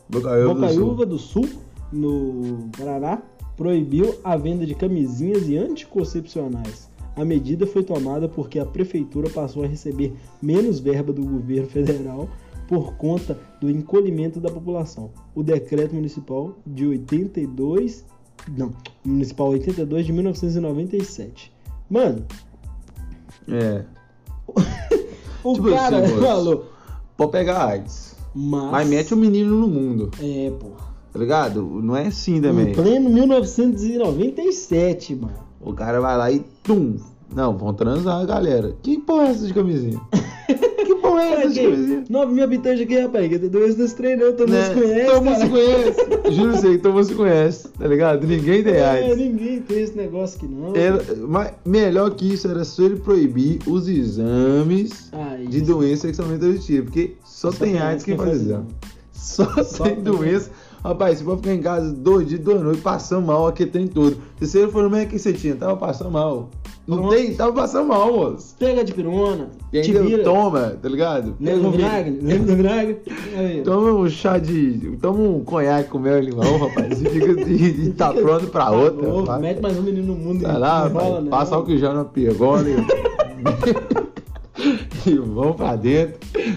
Speaker 1: Bocaiúva do Sul.
Speaker 2: Bocaiúva do Sul, no Paraná, proibiu a venda de camisinhas e anticoncepcionais. A medida foi tomada porque a prefeitura passou a receber menos verba do governo (laughs) federal por conta do encolhimento da população. O decreto municipal de 82, não, municipal 82 de 1997. Mano,
Speaker 1: É.
Speaker 2: o
Speaker 1: Tipo
Speaker 2: cara
Speaker 1: assim, moço.
Speaker 2: falou,
Speaker 1: Pode pegar AIDS.
Speaker 2: mas,
Speaker 1: Mas mete o menino no mundo,
Speaker 2: é, porra.
Speaker 1: tá ligado? Não é assim
Speaker 2: Em
Speaker 1: também.
Speaker 2: pleno 1997, mano.
Speaker 1: O cara vai lá e tum. Não, vão transar, galera. Que porra é essa de
Speaker 2: (laughs)
Speaker 1: camisinha? que porra é
Speaker 2: Cara,
Speaker 1: essa de camisinha?
Speaker 2: 9 mil habitantes aqui, rapaz. Que tem doença dos treinos, todo mundo se
Speaker 1: Né?
Speaker 2: conhece.
Speaker 1: Todo mundo
Speaker 2: cara.
Speaker 1: se conhece. Juro sei, todo mundo se conhece, tá ligado? Ninguém tem
Speaker 2: É,
Speaker 1: AIDS.
Speaker 2: ninguém tem esse negócio aqui, não.
Speaker 1: Era- mas melhor que isso era só ele proibir os exames
Speaker 2: Ah,
Speaker 1: de
Speaker 2: isso. tá
Speaker 1: doença sexualmente transmitida, porque só, tem AIDS quem faz exame. Só,
Speaker 2: Só
Speaker 1: tem
Speaker 2: tem.
Speaker 1: doença. Rapaz, você pode ficar em casa dois dias, duas noites, passando mal aqui tem todo. Se você for no médico, o que você tinha? Tava passando mal. Não
Speaker 2: Pronto.
Speaker 1: tem? Tava passando mal, moço.
Speaker 2: Pega de pirona,
Speaker 1: E
Speaker 2: te
Speaker 1: ainda
Speaker 2: vira.
Speaker 1: toma, tá ligado?
Speaker 2: Lembra do vinagre? Lembra do vinagre? Aí, ó.
Speaker 1: Toma um chá de. Toma um conhaque com mel e limão, rapaz. E, fica, e, e tá pronto pra
Speaker 2: Tá
Speaker 1: outra.
Speaker 2: novo,
Speaker 1: rapaz.
Speaker 2: Mete mais um menino no mundo.
Speaker 1: Vai
Speaker 2: e
Speaker 1: lá,
Speaker 2: não
Speaker 1: rapaz,
Speaker 2: rola, não.
Speaker 1: passa álcool já na pegona e... e vão pra dentro.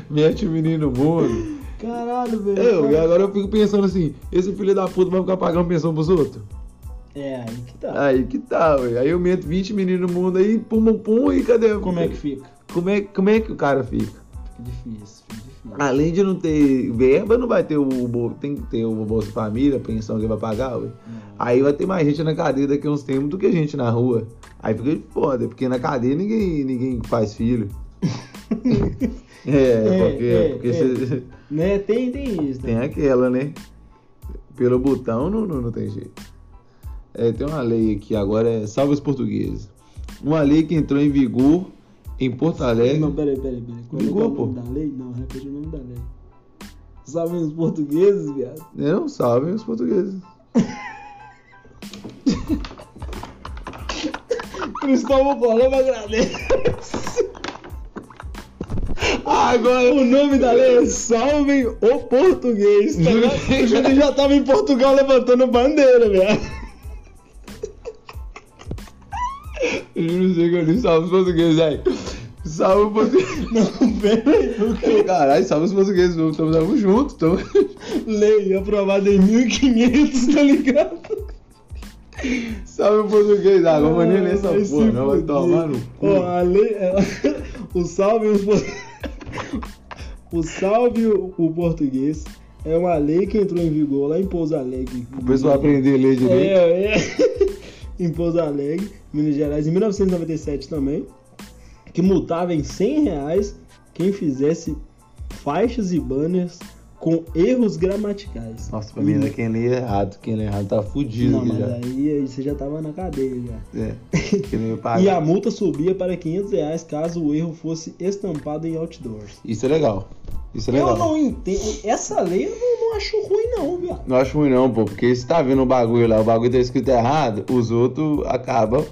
Speaker 1: Mete o menino no mundo.
Speaker 2: Caralho, velho.
Speaker 1: Eu, e agora eu fico pensando assim: esse filho da puta vai ficar pagando pensão pros outros?
Speaker 2: É, aí que tá.
Speaker 1: Aí que tal, ué? Aí eu meto 20 meninos no mundo aí, pum, pum, pum, e cadê?
Speaker 2: Como é que fica?
Speaker 1: Como é, como é que o cara fica?
Speaker 2: Fica difícil, fica difícil.
Speaker 1: Além de não ter verba, não vai ter o. bol- Tem que ter o Bolsa Família, a pensão que vai pagar, ué. Aí vai ter mais gente na cadeia daqui a uns tempos do que gente na rua. Aí fica foda, porque na cadeia ninguém, ninguém faz filho. é, porque,
Speaker 2: é,
Speaker 1: porque
Speaker 2: é.
Speaker 1: cê-
Speaker 2: (laughs) Né? Tem, tem isso.
Speaker 1: tem
Speaker 2: né?
Speaker 1: aquela, né? Pelo botão não, não, não tem jeito. É, tem uma lei aqui agora, é salve os portugueses. Uma lei que entrou em vigor em Porto
Speaker 2: Não,
Speaker 1: Alegre.
Speaker 2: peraí, peraí, peraí. Como é que é
Speaker 1: Ligou,
Speaker 2: o nome
Speaker 1: pô?
Speaker 2: da lei? Não, repete o nome da lei. Sabem os portugueses, viado?
Speaker 1: Não, salve os portugueses.
Speaker 2: Cristóvão Colombo é
Speaker 1: (laughs)
Speaker 2: agradece.
Speaker 1: Agora
Speaker 2: O nome da lei é Salvem o Português. Tá
Speaker 1: Juro-
Speaker 2: ligado? o Júlio já tava em Portugal levantando bandeira, velho.
Speaker 1: Eu não sei que eu li salve os portugueses aí. Salve os portugueses.
Speaker 2: Não, peraí, porque
Speaker 1: Caralho, salve os portugueses. Estamos tamo juntos. Tamo... (laughs)
Speaker 2: lei aprovada em 1500, tá ligado?
Speaker 1: Salve o português. Ah, vamos nem ler essa
Speaker 2: Ai, se
Speaker 1: porra, não. Vai
Speaker 2: fuder.
Speaker 1: tomar no cu.
Speaker 2: Ó, a lei. é, O salve os por- (laughs) O salve o o português é uma lei que entrou em vigor lá em Pouso Alegre.
Speaker 1: O pessoal aprender a ler direito.
Speaker 2: É, é. (laughs) em Pouso Alegre, Minas Gerais, em 1997 também, que multava em 100 reais quem fizesse faixas e banners com erros gramaticais.
Speaker 1: Nossa, pra mim
Speaker 2: E-
Speaker 1: ainda quem lê errado. Quem lê errado tá fudido
Speaker 2: É. Não,
Speaker 1: aqui
Speaker 2: mas
Speaker 1: já.
Speaker 2: aí, aí você já tava na cadeia já.
Speaker 1: É. Quem lê paga.
Speaker 2: (laughs) E a multa subia para R$ 500 reais caso o erro fosse estampado em outdoors.
Speaker 1: Isso é legal. Isso é legal.
Speaker 2: Eu não entendo. Essa lei eu não, não acho ruim, não, viado.
Speaker 1: Não acho ruim não, pô, porque se tá vendo o bagulho lá, o bagulho tá escrito errado, os outros acabam.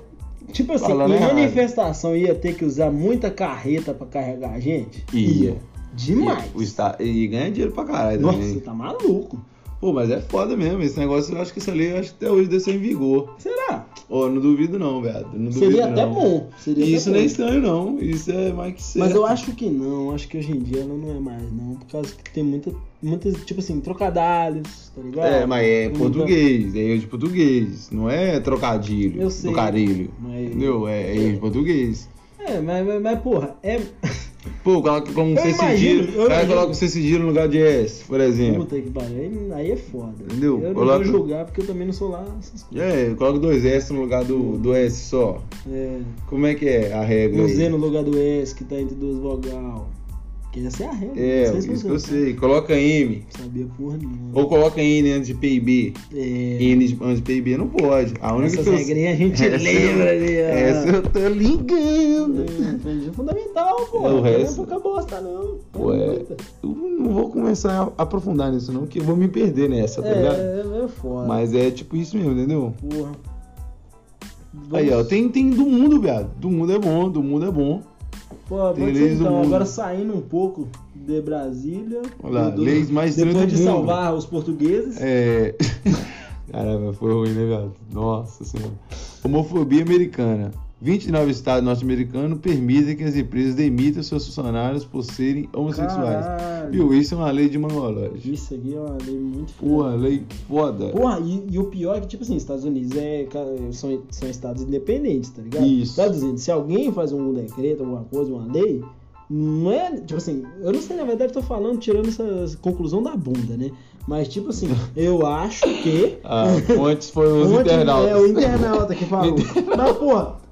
Speaker 2: Tipo assim,
Speaker 1: Falando
Speaker 2: em
Speaker 1: errado.
Speaker 2: manifestação ia ter que usar muita carreta pra carregar a gente?
Speaker 1: Ia.
Speaker 2: Demais.
Speaker 1: é. E, né? o esta- e ganha dinheiro pra caralho
Speaker 2: Nossa,
Speaker 1: também.
Speaker 2: você tá maluco.
Speaker 1: Pô, mas é foda mesmo. Esse negócio, eu acho que essa lei eu acho que até hoje deve ser em vigor.
Speaker 2: Será?
Speaker 1: Ô, não duvido não, velho. Não duvido
Speaker 2: Seria
Speaker 1: não.
Speaker 2: até bom. Seria
Speaker 1: E isso
Speaker 2: até
Speaker 1: nem é
Speaker 2: bom.
Speaker 1: estranho, não. Isso é mais que certo.
Speaker 2: Mas eu acho que não, acho que hoje em dia ela não é mais, não. Por causa que tem muita. Muitas, tipo assim, trocadalhos, tá ligado?
Speaker 1: É, mas é
Speaker 2: Muita-
Speaker 1: português. É erro de português. Não é trocadilho.
Speaker 2: Eu sei.
Speaker 1: Trocadilho.
Speaker 2: Mas-
Speaker 1: Entendeu? É erro de português.
Speaker 2: É, mas, mas, mas, porra, é.
Speaker 1: Pô, coloca como um
Speaker 2: Eu
Speaker 1: C cedilho.
Speaker 2: imagino, eu
Speaker 1: O cara
Speaker 2: imagino.
Speaker 1: coloca um C cedilho no lugar de S, por exemplo.
Speaker 2: Puta que pariu, aí- aí é foda.
Speaker 1: É. Entendeu?
Speaker 2: Eu não
Speaker 1: Coloca-
Speaker 2: vou julgar porque eu também não sou lá essas coisas.
Speaker 1: É, coloca dois S no lugar do, do S só.
Speaker 2: É.
Speaker 1: Como é que é a regra?
Speaker 2: Um
Speaker 1: aí?
Speaker 2: Z no lugar do S que tá entre duas vogal. Que essa é a regra.
Speaker 1: É,
Speaker 2: não sei se
Speaker 1: isso
Speaker 2: você
Speaker 1: que eu sei. Coloca M.
Speaker 2: Sabia porra nenhuma.
Speaker 1: Ou coloca N antes de PIB.
Speaker 2: É.
Speaker 1: N de- antes de PIB não pode. A única
Speaker 2: Essas
Speaker 1: que eu-
Speaker 2: regrinhas a gente
Speaker 1: (laughs) Essa- é
Speaker 2: lembra ali, ó.
Speaker 1: Essa eu tô ligando.
Speaker 2: É, aprendi fundamental, pô.
Speaker 1: É, o
Speaker 2: Não é
Speaker 1: resto-
Speaker 2: pouca bosta, não. É
Speaker 1: Ué, tá
Speaker 2: muita.
Speaker 1: eu não vou começar a aprofundar nisso, não, que eu vou me perder nessa, tá ligado?
Speaker 2: É, é, é foda.
Speaker 1: Mas é tipo isso mesmo, entendeu?
Speaker 2: Porra.
Speaker 1: Aí, ó,
Speaker 2: Vamos-
Speaker 1: tem, tem do mundo, viado. Do mundo é bom, do mundo é bom.
Speaker 2: Pô, vamos
Speaker 1: Tem leis do
Speaker 2: então,
Speaker 1: mundo.
Speaker 2: agora saindo um pouco de Brasília.
Speaker 1: Olha lá,
Speaker 2: do- do-
Speaker 1: leis mais
Speaker 2: Depois
Speaker 1: estranhas
Speaker 2: de
Speaker 1: do mundo.
Speaker 2: salvar os portugueses.
Speaker 1: É. (laughs) Caramba, foi ruim, né, viado? Nossa senhora. Homofobia americana. 29 estados norte-americanos permitem que as empresas demitam seus funcionários por serem homossexuais.
Speaker 2: Caralho.
Speaker 1: Viu? Isso é uma lei de mangolagem.
Speaker 2: Isso aqui é uma lei muito
Speaker 1: Porra,
Speaker 2: foda.
Speaker 1: lei foda.
Speaker 2: Porra, e, e o pior é que, tipo assim, Estados Unidos é, ca- são, são estados independentes, tá ligado?
Speaker 1: Isso.
Speaker 2: Estados Unidos, se alguém faz um decreto, alguma coisa, uma lei, não é. Tipo assim, eu não sei, na verdade, eu tô falando, tirando essa conclusão da bunda, né? Mas, tipo
Speaker 1: (laughs)
Speaker 2: assim, eu acho que.
Speaker 1: Ah, Fontes foi os
Speaker 2: Onde
Speaker 1: internautas.
Speaker 2: É o internauta que
Speaker 1: (laughs)
Speaker 2: falou. Mas, porra,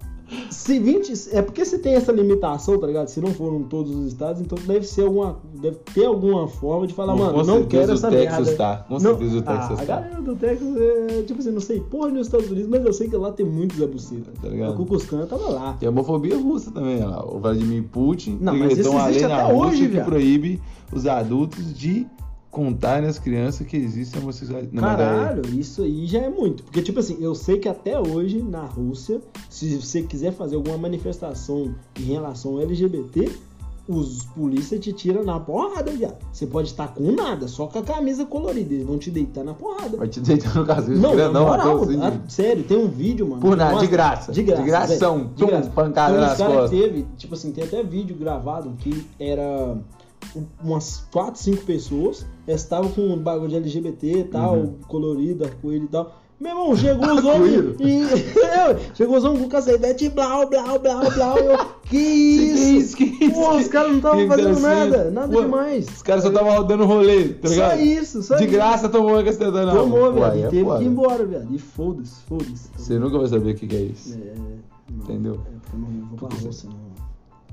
Speaker 2: se 20. É porque se tem essa limitação, tá ligado? Se não foram todos os estados, então deve ser alguma. Deve ter alguma forma de falar,
Speaker 1: Com
Speaker 2: mano, não
Speaker 1: certeza
Speaker 2: quero
Speaker 1: o
Speaker 2: essa
Speaker 1: Texas
Speaker 2: merda.
Speaker 1: tá, com
Speaker 2: não...
Speaker 1: certeza o Texas
Speaker 2: ah,
Speaker 1: tá.
Speaker 2: A galera do Texas é, tipo assim, não sei porra nos Estados Unidos, mas eu sei que lá tem muitos abusitas.
Speaker 1: Tá ligado?
Speaker 2: A Cucuscan tava lá.
Speaker 1: Tem a homofobia russa também, olha lá. O Vladimir Putin
Speaker 2: Não, mas
Speaker 1: decretou
Speaker 2: isso
Speaker 1: uma lei
Speaker 2: existe
Speaker 1: na
Speaker 2: até
Speaker 1: Rússia
Speaker 2: hoje,
Speaker 1: que
Speaker 2: viado.
Speaker 1: proíbe os adultos de contarem às crianças que existe homossexualidade. Não, mas daí-
Speaker 2: Caralho, isso aí já é muito. Porque, tipo assim, eu sei que até hoje, na Rússia, se você quiser fazer alguma manifestação em relação ao LGBT, os polícia te tiram na porrada, viado. Você pode estar com nada, só com a camisa colorida. Eles vão te deitar na porrada.
Speaker 1: Vai te deitar no caso. é
Speaker 2: Não, na
Speaker 1: não,
Speaker 2: moral,
Speaker 1: Matheus, assim,
Speaker 2: a- sério, tem um vídeo, mano.
Speaker 1: Por nada, de
Speaker 2: Mostra-
Speaker 1: graça.
Speaker 2: De graça.
Speaker 1: De gração,
Speaker 2: velho,
Speaker 1: tum, pancada
Speaker 2: Então,
Speaker 1: nas
Speaker 2: os cara
Speaker 1: costas.
Speaker 2: teve, tipo assim, tem até vídeo gravado que era um- umas 4, 5 pessoas, elas estavam com um bagulho de LGBT e tal,
Speaker 1: Uhum.
Speaker 2: colorido, arco-íris e tal. Meu irmão, chegou
Speaker 1: (laughs)
Speaker 2: os homens
Speaker 1: Arco-íris.
Speaker 2: e... (laughs) chegou os homens com cacetete, blau, blau, blau, blau. e Eu,
Speaker 1: (laughs)
Speaker 2: que
Speaker 1: isso,
Speaker 2: isso?
Speaker 1: que isso,
Speaker 2: Pô,
Speaker 1: que-
Speaker 2: os caras não
Speaker 1: que
Speaker 2: estavam
Speaker 1: que
Speaker 2: fazendo
Speaker 1: tá sendo?
Speaker 2: nada, nada
Speaker 1: Pô,
Speaker 2: demais.
Speaker 1: Os caras só estavam rodando rolê, tá ligado?
Speaker 2: Só isso, só
Speaker 1: de
Speaker 2: isso.
Speaker 1: graça tomou a cacetada na
Speaker 2: Tomou,
Speaker 1: mão. Pô,
Speaker 2: velho.
Speaker 1: aí
Speaker 2: e
Speaker 1: é
Speaker 2: teve
Speaker 1: foda.
Speaker 2: que ir embora, velho. E foda-se, foda-se.
Speaker 1: Você nunca vai saber o que que é isso.
Speaker 2: É, não,
Speaker 1: Entendeu?
Speaker 2: É porque eu não vou pra Rússia, não.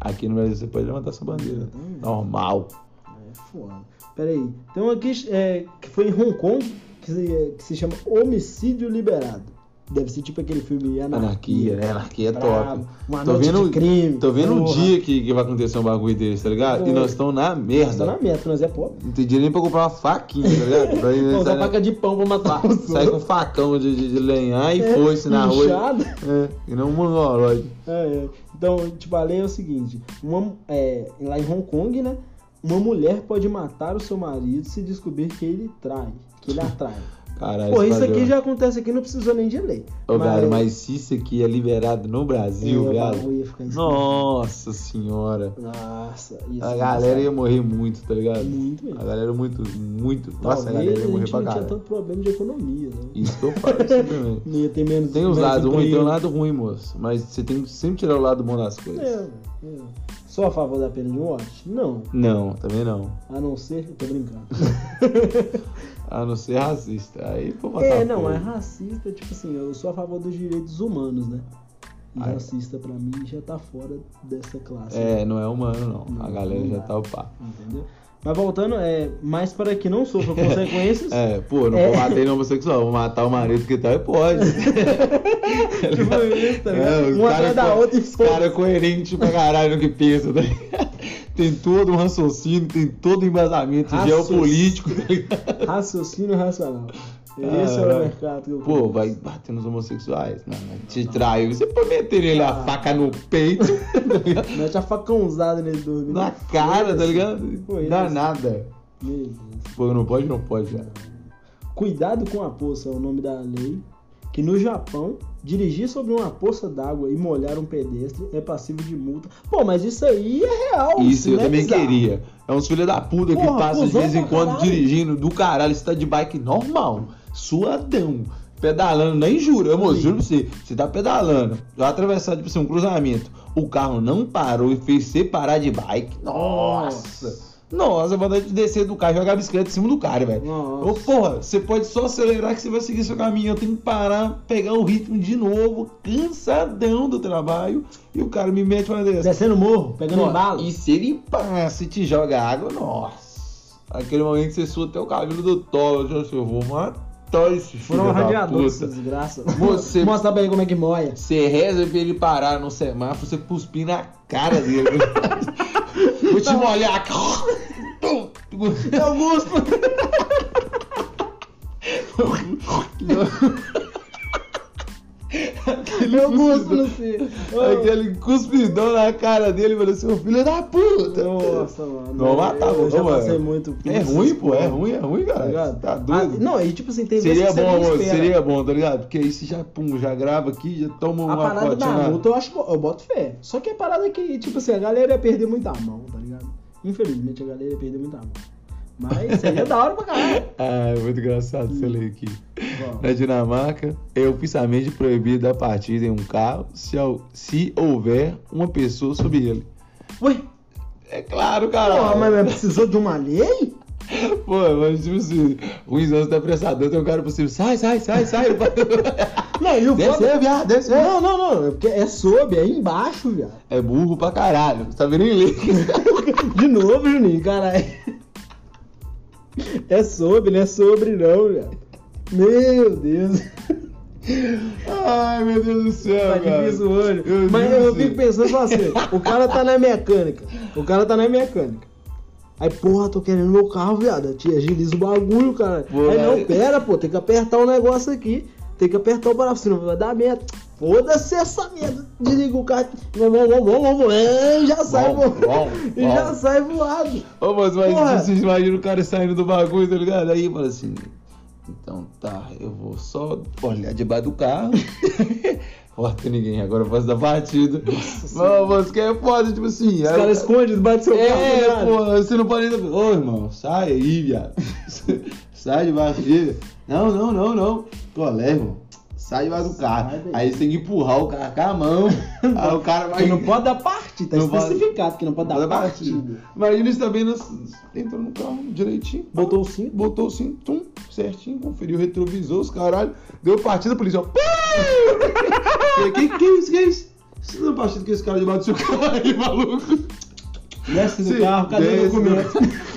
Speaker 1: Aqui no Brasil você pode levantar sua bandeira.
Speaker 2: Exatamente.
Speaker 1: Normal.
Speaker 2: É foda. Pera aí. Tem uma aqui é, que foi em Hong Kong, que se, é, que se chama Homicídio Liberado. Deve ser tipo aquele filme
Speaker 1: Anarquia, né? Anarquia é
Speaker 2: Brabo.
Speaker 1: top.
Speaker 2: Uma
Speaker 1: tô
Speaker 2: noite
Speaker 1: vendo,
Speaker 2: de crime,
Speaker 1: tô vendo um
Speaker 2: porra.
Speaker 1: dia que, que vai acontecer um bagulho desse, tá ligado? E
Speaker 2: Porra.
Speaker 1: nós estamos na
Speaker 2: Nós tá na
Speaker 1: merda.
Speaker 2: meta, nós é pobre.
Speaker 1: Não tem dinheiro nem pra comprar uma faquinha, tá ligado? Pra
Speaker 2: (laughs) Nós
Speaker 1: sai,
Speaker 2: usar
Speaker 1: na-
Speaker 2: faca de pão pra um matar os
Speaker 1: sai com um facão de, de, de lenhar e foice na rua.
Speaker 2: É, inchado.
Speaker 1: É, e não um mongoloide.
Speaker 2: (laughs) É, é. Então, tipo, a lei é o seguinte: uma, é, lá em Hong Kong, né? Uma mulher pode matar o seu marido se descobrir que ele trai, que
Speaker 1: (laughs)
Speaker 2: ele atrai.
Speaker 1: Caralho,
Speaker 2: Pô,
Speaker 1: esse
Speaker 2: isso aqui
Speaker 1: bagulho.
Speaker 2: já acontece aqui, não precisou nem de lei.
Speaker 1: É Ô, velho, mas se isso aqui é liberado no Brasil,
Speaker 2: É, o
Speaker 1: velho.
Speaker 2: bagulho ia ficar em cima.
Speaker 1: Nossa senhora.
Speaker 2: Nossa, isso.
Speaker 1: A galera ia morrer muito, tá ligado?
Speaker 2: Muito
Speaker 1: A
Speaker 2: mesmo.
Speaker 1: galera muito, muito. Nossa, a
Speaker 2: Talvez
Speaker 1: galera
Speaker 2: a
Speaker 1: ia morrer
Speaker 2: gente
Speaker 1: pra
Speaker 2: não tinha
Speaker 1: caralho.
Speaker 2: tanto problema de economia, né?
Speaker 1: Isso que eu falo, isso
Speaker 2: (laughs)
Speaker 1: também.
Speaker 2: Não ia ter menos.
Speaker 1: Tem os
Speaker 2: menos
Speaker 1: lados ruins,
Speaker 2: emprego.
Speaker 1: tem um lado ruim, moço. Mas você tem que sempre tirar o lado bom das coisas.
Speaker 2: É, é. Sou a favor da pena de morte? Não.
Speaker 1: Não, também não.
Speaker 2: A não ser. Eu tô brincando.
Speaker 1: (laughs) A não ser racista. Aí, pô, matar
Speaker 2: é, não,
Speaker 1: fogo.
Speaker 2: é racista, tipo assim, eu sou a favor dos direitos humanos, né? E
Speaker 1: Ah, é.
Speaker 2: racista pra mim já tá fora dessa classe.
Speaker 1: É, não é humano, não.
Speaker 2: Não,
Speaker 1: A galera
Speaker 2: não
Speaker 1: já
Speaker 2: dá.
Speaker 1: tá o pá.
Speaker 2: Entendeu? Mas voltando, é, mas para que não sofra
Speaker 1: (laughs)
Speaker 2: consequências.
Speaker 1: É, pô, não
Speaker 2: É.
Speaker 1: vou matar ele homossexual, vou matar o marido que tal e pode.
Speaker 2: (laughs) (laughs) Tipo isso, tá ligado?
Speaker 1: os
Speaker 2: Uma
Speaker 1: É, cara
Speaker 2: atrás da
Speaker 1: co-
Speaker 2: outra e
Speaker 1: Os caras coerentes pra caralho no que pensa, tá ligado? Tem todo um raciocínio, tem todo um embasamento
Speaker 2: Raciocínio.
Speaker 1: geopolítico, tá ligado?
Speaker 2: (laughs) Raciocínio racional. Esse é
Speaker 1: Ah,
Speaker 2: o mercado que eu
Speaker 1: Pô,
Speaker 2: conheço.
Speaker 1: vai bater nos homossexuais, né? Mas Te traiu. Você pode meter ele a
Speaker 2: Ah.
Speaker 1: faca no peito, (laughs) tá ligado?
Speaker 2: Mete a facãozada nele dormindo.
Speaker 1: na cara, tá ligado?
Speaker 2: Foi
Speaker 1: Dá
Speaker 2: isso.
Speaker 1: nada.
Speaker 2: Meu Deus.
Speaker 1: Pô, não pode, não pode, cara.
Speaker 2: Cuidado com a poça é o nome da lei. Que no Japão, dirigir sobre uma poça d'água e molhar um pedestre é passível de multa. Pô, mas isso aí é real.
Speaker 1: Isso, eu
Speaker 2: não é
Speaker 1: também
Speaker 2: bizarro.
Speaker 1: queria. É uns filhos da puta que
Speaker 2: Porra,
Speaker 1: passam de
Speaker 2: cuzão
Speaker 1: vez em
Speaker 2: pra
Speaker 1: quando
Speaker 2: caralho.
Speaker 1: dirigindo do caralho. Você tá de bike normal, suadão, pedalando, nem juro. Eu, moço, juro pra você, você tá pedalando, já atravessar, tipo assim, um cruzamento. O carro não parou e fez você parar de bike. Nossa! Nossa, vontade de descer do carro e jogar a bicicleta em cima do cara, velho.
Speaker 2: Nossa.
Speaker 1: Ô, porra, você pode só acelerar que você vai seguir seu caminho. Eu tenho que parar, pegar o ritmo de novo, cansadão do trabalho, e o cara me mete uma dessa.
Speaker 2: Descendo o morro, pegando
Speaker 1: Nossa,
Speaker 2: embalo.
Speaker 1: E se ele passa e te joga água, nossa. Aquele momento que você sua até o cabelo do tolo. Eu disse, eu vou matar esse filho
Speaker 2: Foram um
Speaker 1: da
Speaker 2: radiador,
Speaker 1: puta.
Speaker 2: essas desgraça.
Speaker 1: Você-
Speaker 2: Mostra pra ele como é que moia.
Speaker 1: Você reza pra ele parar no semáforo, você cuspir na cara
Speaker 2: (laughs)
Speaker 1: dele. vou te molhar. (laughs)
Speaker 2: Augusto! Meu gosto, Luci.
Speaker 1: Aquele cuspidão na cara dele, falou assim, "Ô, filho da puta.
Speaker 2: Nossa, mano.
Speaker 1: Não matava,
Speaker 2: Eu já
Speaker 1: não,
Speaker 2: passei
Speaker 1: mano.
Speaker 2: muito por
Speaker 1: É
Speaker 2: isso,
Speaker 1: ruim, pô, é
Speaker 2: mano.
Speaker 1: ruim, é ruim,
Speaker 2: Tá
Speaker 1: cara.
Speaker 2: ligado?
Speaker 1: Tá
Speaker 2: Ah,
Speaker 1: doido.
Speaker 2: não, e tipo assim, tem vezes
Speaker 1: Seria
Speaker 2: que você
Speaker 1: bom,
Speaker 2: não
Speaker 1: amor,
Speaker 2: espera.
Speaker 1: seria bom, tá ligado? Porque aí você já, pum, já grava aqui, já toma
Speaker 2: A
Speaker 1: uma
Speaker 2: parada
Speaker 1: fotinha
Speaker 2: da
Speaker 1: na-
Speaker 2: multa eu acho bo- eu boto fé. Só que a parada que, tipo assim, a galera ia perder muita mão, tá ligado? Infelizmente a galera ia perder muita mão.
Speaker 1: (laughs)
Speaker 2: Mas seria da hora pra caralho.
Speaker 1: Ah, é muito engraçado você ler aqui.
Speaker 2: Bom.
Speaker 1: Na Dinamarca, é oficialmente proibido a partida em um carro se, hou- se houver uma pessoa sob ele.
Speaker 2: Ué,
Speaker 1: É claro, cara.
Speaker 2: porra, mas é- mas precisou de uma lei?
Speaker 1: (laughs) Pô, mas tipo assim, ruins anos da pressador tem um cara possível. Sai, sai, sai, sai. (laughs)
Speaker 2: Não, e o
Speaker 1: deve
Speaker 2: foda-
Speaker 1: ser, viado, deve ser.
Speaker 2: Não, não, não. É, porque é sob, é embaixo, viado.
Speaker 1: É burro pra caralho. Você tá vendo em link?
Speaker 2: (laughs) De novo, Juninho, caralho. É sob, não é sobre, não, viado. Meu Deus.
Speaker 1: (laughs) Ai, meu Deus do céu,
Speaker 2: Tá
Speaker 1: cara.
Speaker 2: difícil o olho.
Speaker 1: Eu
Speaker 2: Mas
Speaker 1: juro
Speaker 2: eu
Speaker 1: pra você.
Speaker 2: fico pensando só assim: o cara tá na mecânica. O cara tá na mecânica. Aí, porra, tô querendo meu carro, viado. Te agiliza o bagulho, cara.
Speaker 1: Pô,
Speaker 2: Aí, não,
Speaker 1: aí-
Speaker 2: pera, pô, tem que apertar o negócio aqui. Tem que apertar o parafuso, senão vai dar merda. Foda-se essa merda. Desliga o carro. Vamos, vamos, vamos, vamos. É, já sai
Speaker 1: Vamos,
Speaker 2: voado.
Speaker 1: vamos,
Speaker 2: E já
Speaker 1: vamos.
Speaker 2: sai voado.
Speaker 1: Ô, mas
Speaker 2: Porra.
Speaker 1: mas vocês imaginam o cara saindo do bagulho, tá ligado? Aí fala assim, então tá, eu vou só olhar debaixo do
Speaker 2: (laughs)
Speaker 1: carro. Ó, tem ninguém, agora eu faço da batida.
Speaker 2: Senhora.
Speaker 1: Não, mas que é foda, tipo (laughs) assim.
Speaker 2: Os
Speaker 1: aí o
Speaker 2: caras
Speaker 1: cara-
Speaker 2: escondidos, bate seu carro. tá
Speaker 1: É,
Speaker 2: viado.
Speaker 1: pô, você não pode ainda. Ô, irmão, sai aí, viado. (laughs) sai debaixo dele. Não, não, não, não. Pô, leva, irmão. Sai debaixo do carro.
Speaker 2: Sai daí.
Speaker 1: Aí você tem que empurrar o carro com a
Speaker 2: (laughs)
Speaker 1: mão. aí o cara vai.
Speaker 2: Porque não pode dar parte, tá
Speaker 1: Não pode-
Speaker 2: especificado que não
Speaker 1: é
Speaker 2: pode dar parte.
Speaker 1: Imagina isso também, nós entrou no carro direitinho.
Speaker 2: Botou o cinto.
Speaker 1: Botou o cinto, tum, certinho, conferiu o retrovisor, os caralho. Deu partida, a
Speaker 2: (laughs)
Speaker 1: polícia, ó. pá! Falei, que que é isso, que é isso? Você deu partida com esse cara debaixo do seu carro aí, maluco?
Speaker 2: Desce do
Speaker 1: Sim,
Speaker 2: carro, cadê né? o
Speaker 1: desce
Speaker 2: documento?
Speaker 1: (laughs)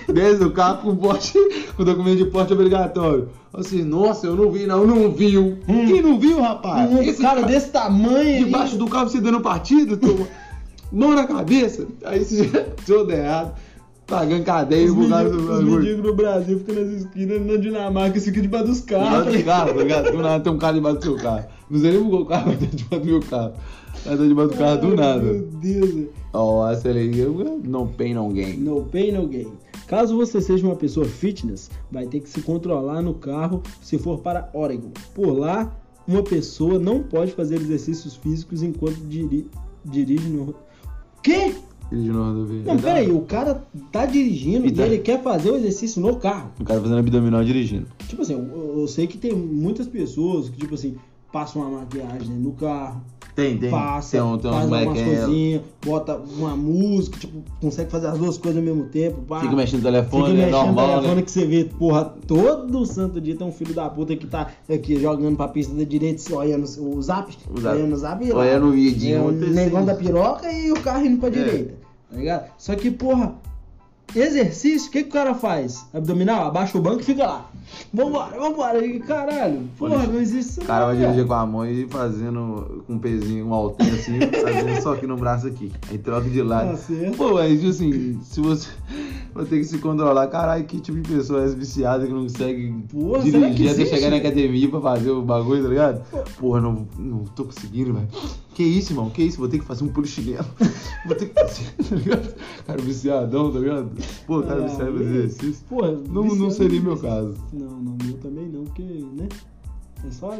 Speaker 1: do- Desce do carro com, porte, com documento de porte obrigatório. Assim, nossa, eu não vi, não, não viu. Quem não viu, rapaz?
Speaker 2: Um
Speaker 1: Esse
Speaker 2: Hum. cara desse tamanho aí.
Speaker 1: debaixo do carro você dando partida, tu- (laughs) mão na cabeça, aí você já todo errado, pagando cadeia,
Speaker 2: Os
Speaker 1: vulgar do
Speaker 2: mendigos os
Speaker 1: bagulho.
Speaker 2: mendigos no Brasil ficam nas esquinas, na Dinamarca, isso fica debaixo dos
Speaker 1: Debaixo (laughs)
Speaker 2: carros.
Speaker 1: do carro, tá ligado? Do nada tem um cara debaixo do seu carro. Não sei nem o carro, mas tá debaixo do meu carro. Mas tá debaixo do carro do
Speaker 2: Meu
Speaker 1: nada.
Speaker 2: Deus, velho.
Speaker 1: Ó, essa lei, não pain, não gain.
Speaker 2: No pain, no gain. Caso você seja uma pessoa fitness, vai ter que se controlar no carro se for para Oregon. Por lá, uma pessoa não pode fazer exercícios físicos enquanto diri- dirige no. Quê?
Speaker 1: Ele de novo rodovia.
Speaker 2: Não, peraí, o cara tá dirigindo
Speaker 1: E
Speaker 2: e,
Speaker 1: tá-
Speaker 2: ele quer fazer o exercício no carro.
Speaker 1: O cara fazendo abdominal dirigindo.
Speaker 2: Tipo assim, eu, eu sei que tem muitas pessoas que, tipo assim, passam uma maquiagem dentro do carro,
Speaker 1: Tem, tem.
Speaker 2: passa,
Speaker 1: tem um, tem
Speaker 2: faz
Speaker 1: um
Speaker 2: umas
Speaker 1: moleque que é-
Speaker 2: coisinhas, bota uma música, tipo, consegue fazer as duas coisas ao mesmo tempo, pá.
Speaker 1: Fica mexendo no
Speaker 2: Fica
Speaker 1: telefone,
Speaker 2: mexendo
Speaker 1: é
Speaker 2: no
Speaker 1: normal,
Speaker 2: telefone
Speaker 1: né?
Speaker 2: que você vê, porra, todo santo dia tem um filho da puta que tá aqui jogando pra pista da direita, olhando o zap,
Speaker 1: O zap.
Speaker 2: olhando o zap e lá.
Speaker 1: Olha no vídeo.
Speaker 2: É o
Speaker 1: aconteceu.
Speaker 2: negão da piroca e o carro indo pra
Speaker 1: É.
Speaker 2: direita. Tá ligado? Só que, porra, Exercício, o que, que o cara faz? Abdominal, abaixa o banco e fica lá. Vambora, vambora. E, caralho, porra, não existe isso.
Speaker 1: O cara
Speaker 2: não,
Speaker 1: vai
Speaker 2: velho.
Speaker 1: dirigir com a mão e fazendo com um pezinho, um altinho assim, fazendo só aqui no braço aqui. Aí troca de lado.
Speaker 2: Tá certo.
Speaker 1: Pô, mas assim, se você vai ter que se controlar, caralho, que tipo de pessoa é essa viciada que não consegue
Speaker 2: Pô, será que
Speaker 1: dirigir até
Speaker 2: existe?
Speaker 1: chegar na academia pra fazer o bagulho, tá ligado? Porra, não, não tô conseguindo, velho. Que isso, irmão? Que isso? Vou ter que fazer um pulo chinelo. (laughs) Vou ter que fazer, (laughs) tá ligado? Cara viciadão, tá ligado? Pô, cara
Speaker 2: Ah,
Speaker 1: viciado fazer
Speaker 2: beleza.
Speaker 1: exercício.
Speaker 2: Porra,
Speaker 1: Não, não
Speaker 2: viciado
Speaker 1: seria
Speaker 2: em
Speaker 1: meu
Speaker 2: exercício.
Speaker 1: caso.
Speaker 2: é Não, não, meu também não, porque, né? É só.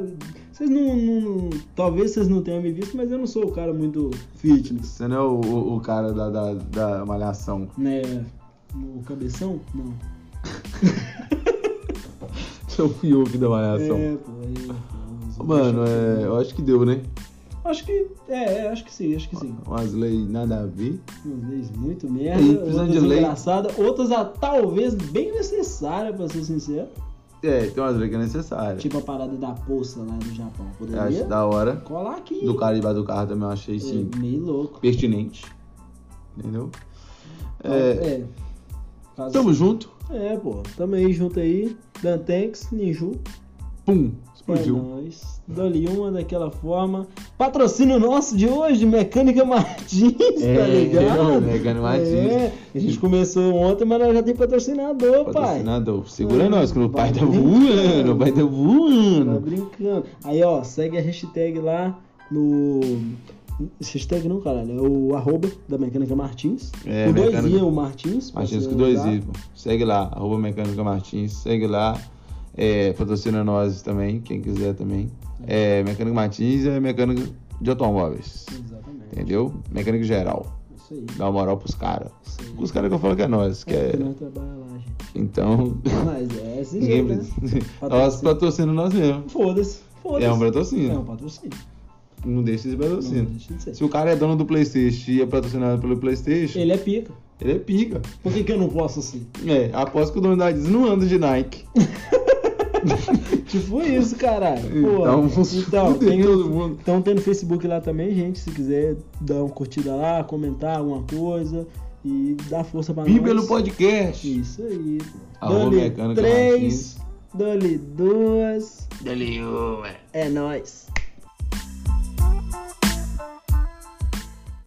Speaker 2: Vocês não, não- não- Talvez vocês não tenham me visto, mas eu não sou o cara muito fitness.
Speaker 1: Você não é o, o- o cara da, da, da malhação.
Speaker 2: Né? O cabeção? Não.
Speaker 1: Você é o Fiuk da malhação.
Speaker 2: É, pô, é, pô,
Speaker 1: Mano, é, eu acho que deu, né?
Speaker 2: Acho que. É, é, acho que sim, acho que sim.
Speaker 1: Umas leis nada a ver.
Speaker 2: Umas leis muito merda,
Speaker 1: Aí, precisando
Speaker 2: outras
Speaker 1: de lei.
Speaker 2: engraçadas, outras ah, talvez bem necessárias, pra ser sincero.
Speaker 1: É, tem umas leis que é necessária.
Speaker 2: Tipo a parada da poça lá no Japão.
Speaker 1: Eu É, acho
Speaker 2: Poderia
Speaker 1: da hora.
Speaker 2: colar aqui.
Speaker 1: Do cara debaixo do carro também eu achei, sim,
Speaker 2: é, meio louco.
Speaker 1: pertinente. Entendeu? É,
Speaker 2: É. Caso-
Speaker 1: tamo junto.
Speaker 2: É, pô. Tamo aí junto aí. Dantex, Ninju.
Speaker 1: Pum,
Speaker 2: É
Speaker 1: explodiu.
Speaker 2: nóis. Dole uma daquela forma. Patrocínio nosso de hoje, Mecânica Martins, tá ligado?
Speaker 1: É, Mecânica Martins.
Speaker 2: É, a gente começou ontem, mas nós já tem patrocinador, pai.
Speaker 1: Patrocinador. Segura
Speaker 2: É,
Speaker 1: nós, que o
Speaker 2: vai
Speaker 1: pai tá
Speaker 2: brincando.
Speaker 1: voando. O pai tá
Speaker 2: Tá
Speaker 1: voando.
Speaker 2: brincando. Aí, ó, segue a hashtag lá no. Hashtag não, caralho. É o arroba da Mecânica Martins.
Speaker 1: É,
Speaker 2: o dois
Speaker 1: Mecânica-
Speaker 2: i é o Martins. pra
Speaker 1: Martins
Speaker 2: você tá?
Speaker 1: com dois
Speaker 2: usar.
Speaker 1: i. pô. Segue lá, arroba Mecânica Martins. Segue lá. É, patrocina nós também, quem quiser também.
Speaker 2: Hum.
Speaker 1: É, Mecânica Martins é mecânica de automóveis.
Speaker 2: Exatamente.
Speaker 1: Entendeu? Mecânico geral.
Speaker 2: Isso aí.
Speaker 1: Dá uma moral pros caras.
Speaker 2: Isso aí.
Speaker 1: Os caras que eu falo que é nós, que é.
Speaker 2: Porque nós trabalha lá, gente.
Speaker 1: Então.
Speaker 2: Mas é, esse
Speaker 1: Ninguém
Speaker 2: jeito, né?
Speaker 1: precisa. (laughs) Nós
Speaker 2: Patrocínio.
Speaker 1: patrocinamos nós mesmo.
Speaker 2: Foda-se. Foda-se.
Speaker 1: É um
Speaker 2: É um
Speaker 1: patrocínio.
Speaker 2: patrocínio.
Speaker 1: Não deixa de
Speaker 2: Não,
Speaker 1: patrocínio.
Speaker 2: deixa de ser.
Speaker 1: Se o cara é dono do Playstation e é patrocinado pelo Playstation, ele,
Speaker 2: Ele é pica.
Speaker 1: é pica.
Speaker 2: Por que, que eu não posso assim? ser?
Speaker 1: É, aposto que o dono da Disney não anda de Nike.
Speaker 2: Tipo isso, caralho. Pô,
Speaker 1: (laughs) Então, vamos
Speaker 2: então,
Speaker 1: fuder
Speaker 2: tem,
Speaker 1: todo mundo.
Speaker 2: então tem no Facebook lá também, gente. Se quiser dar uma curtida lá, comentar alguma coisa e dar força pra
Speaker 1: Bíblia no
Speaker 2: nós.
Speaker 1: podcast.
Speaker 2: Isso aí, pô.
Speaker 1: Arroba
Speaker 2: Dole
Speaker 1: Mecânica
Speaker 2: três, dole duas. Dole uma. É nóis.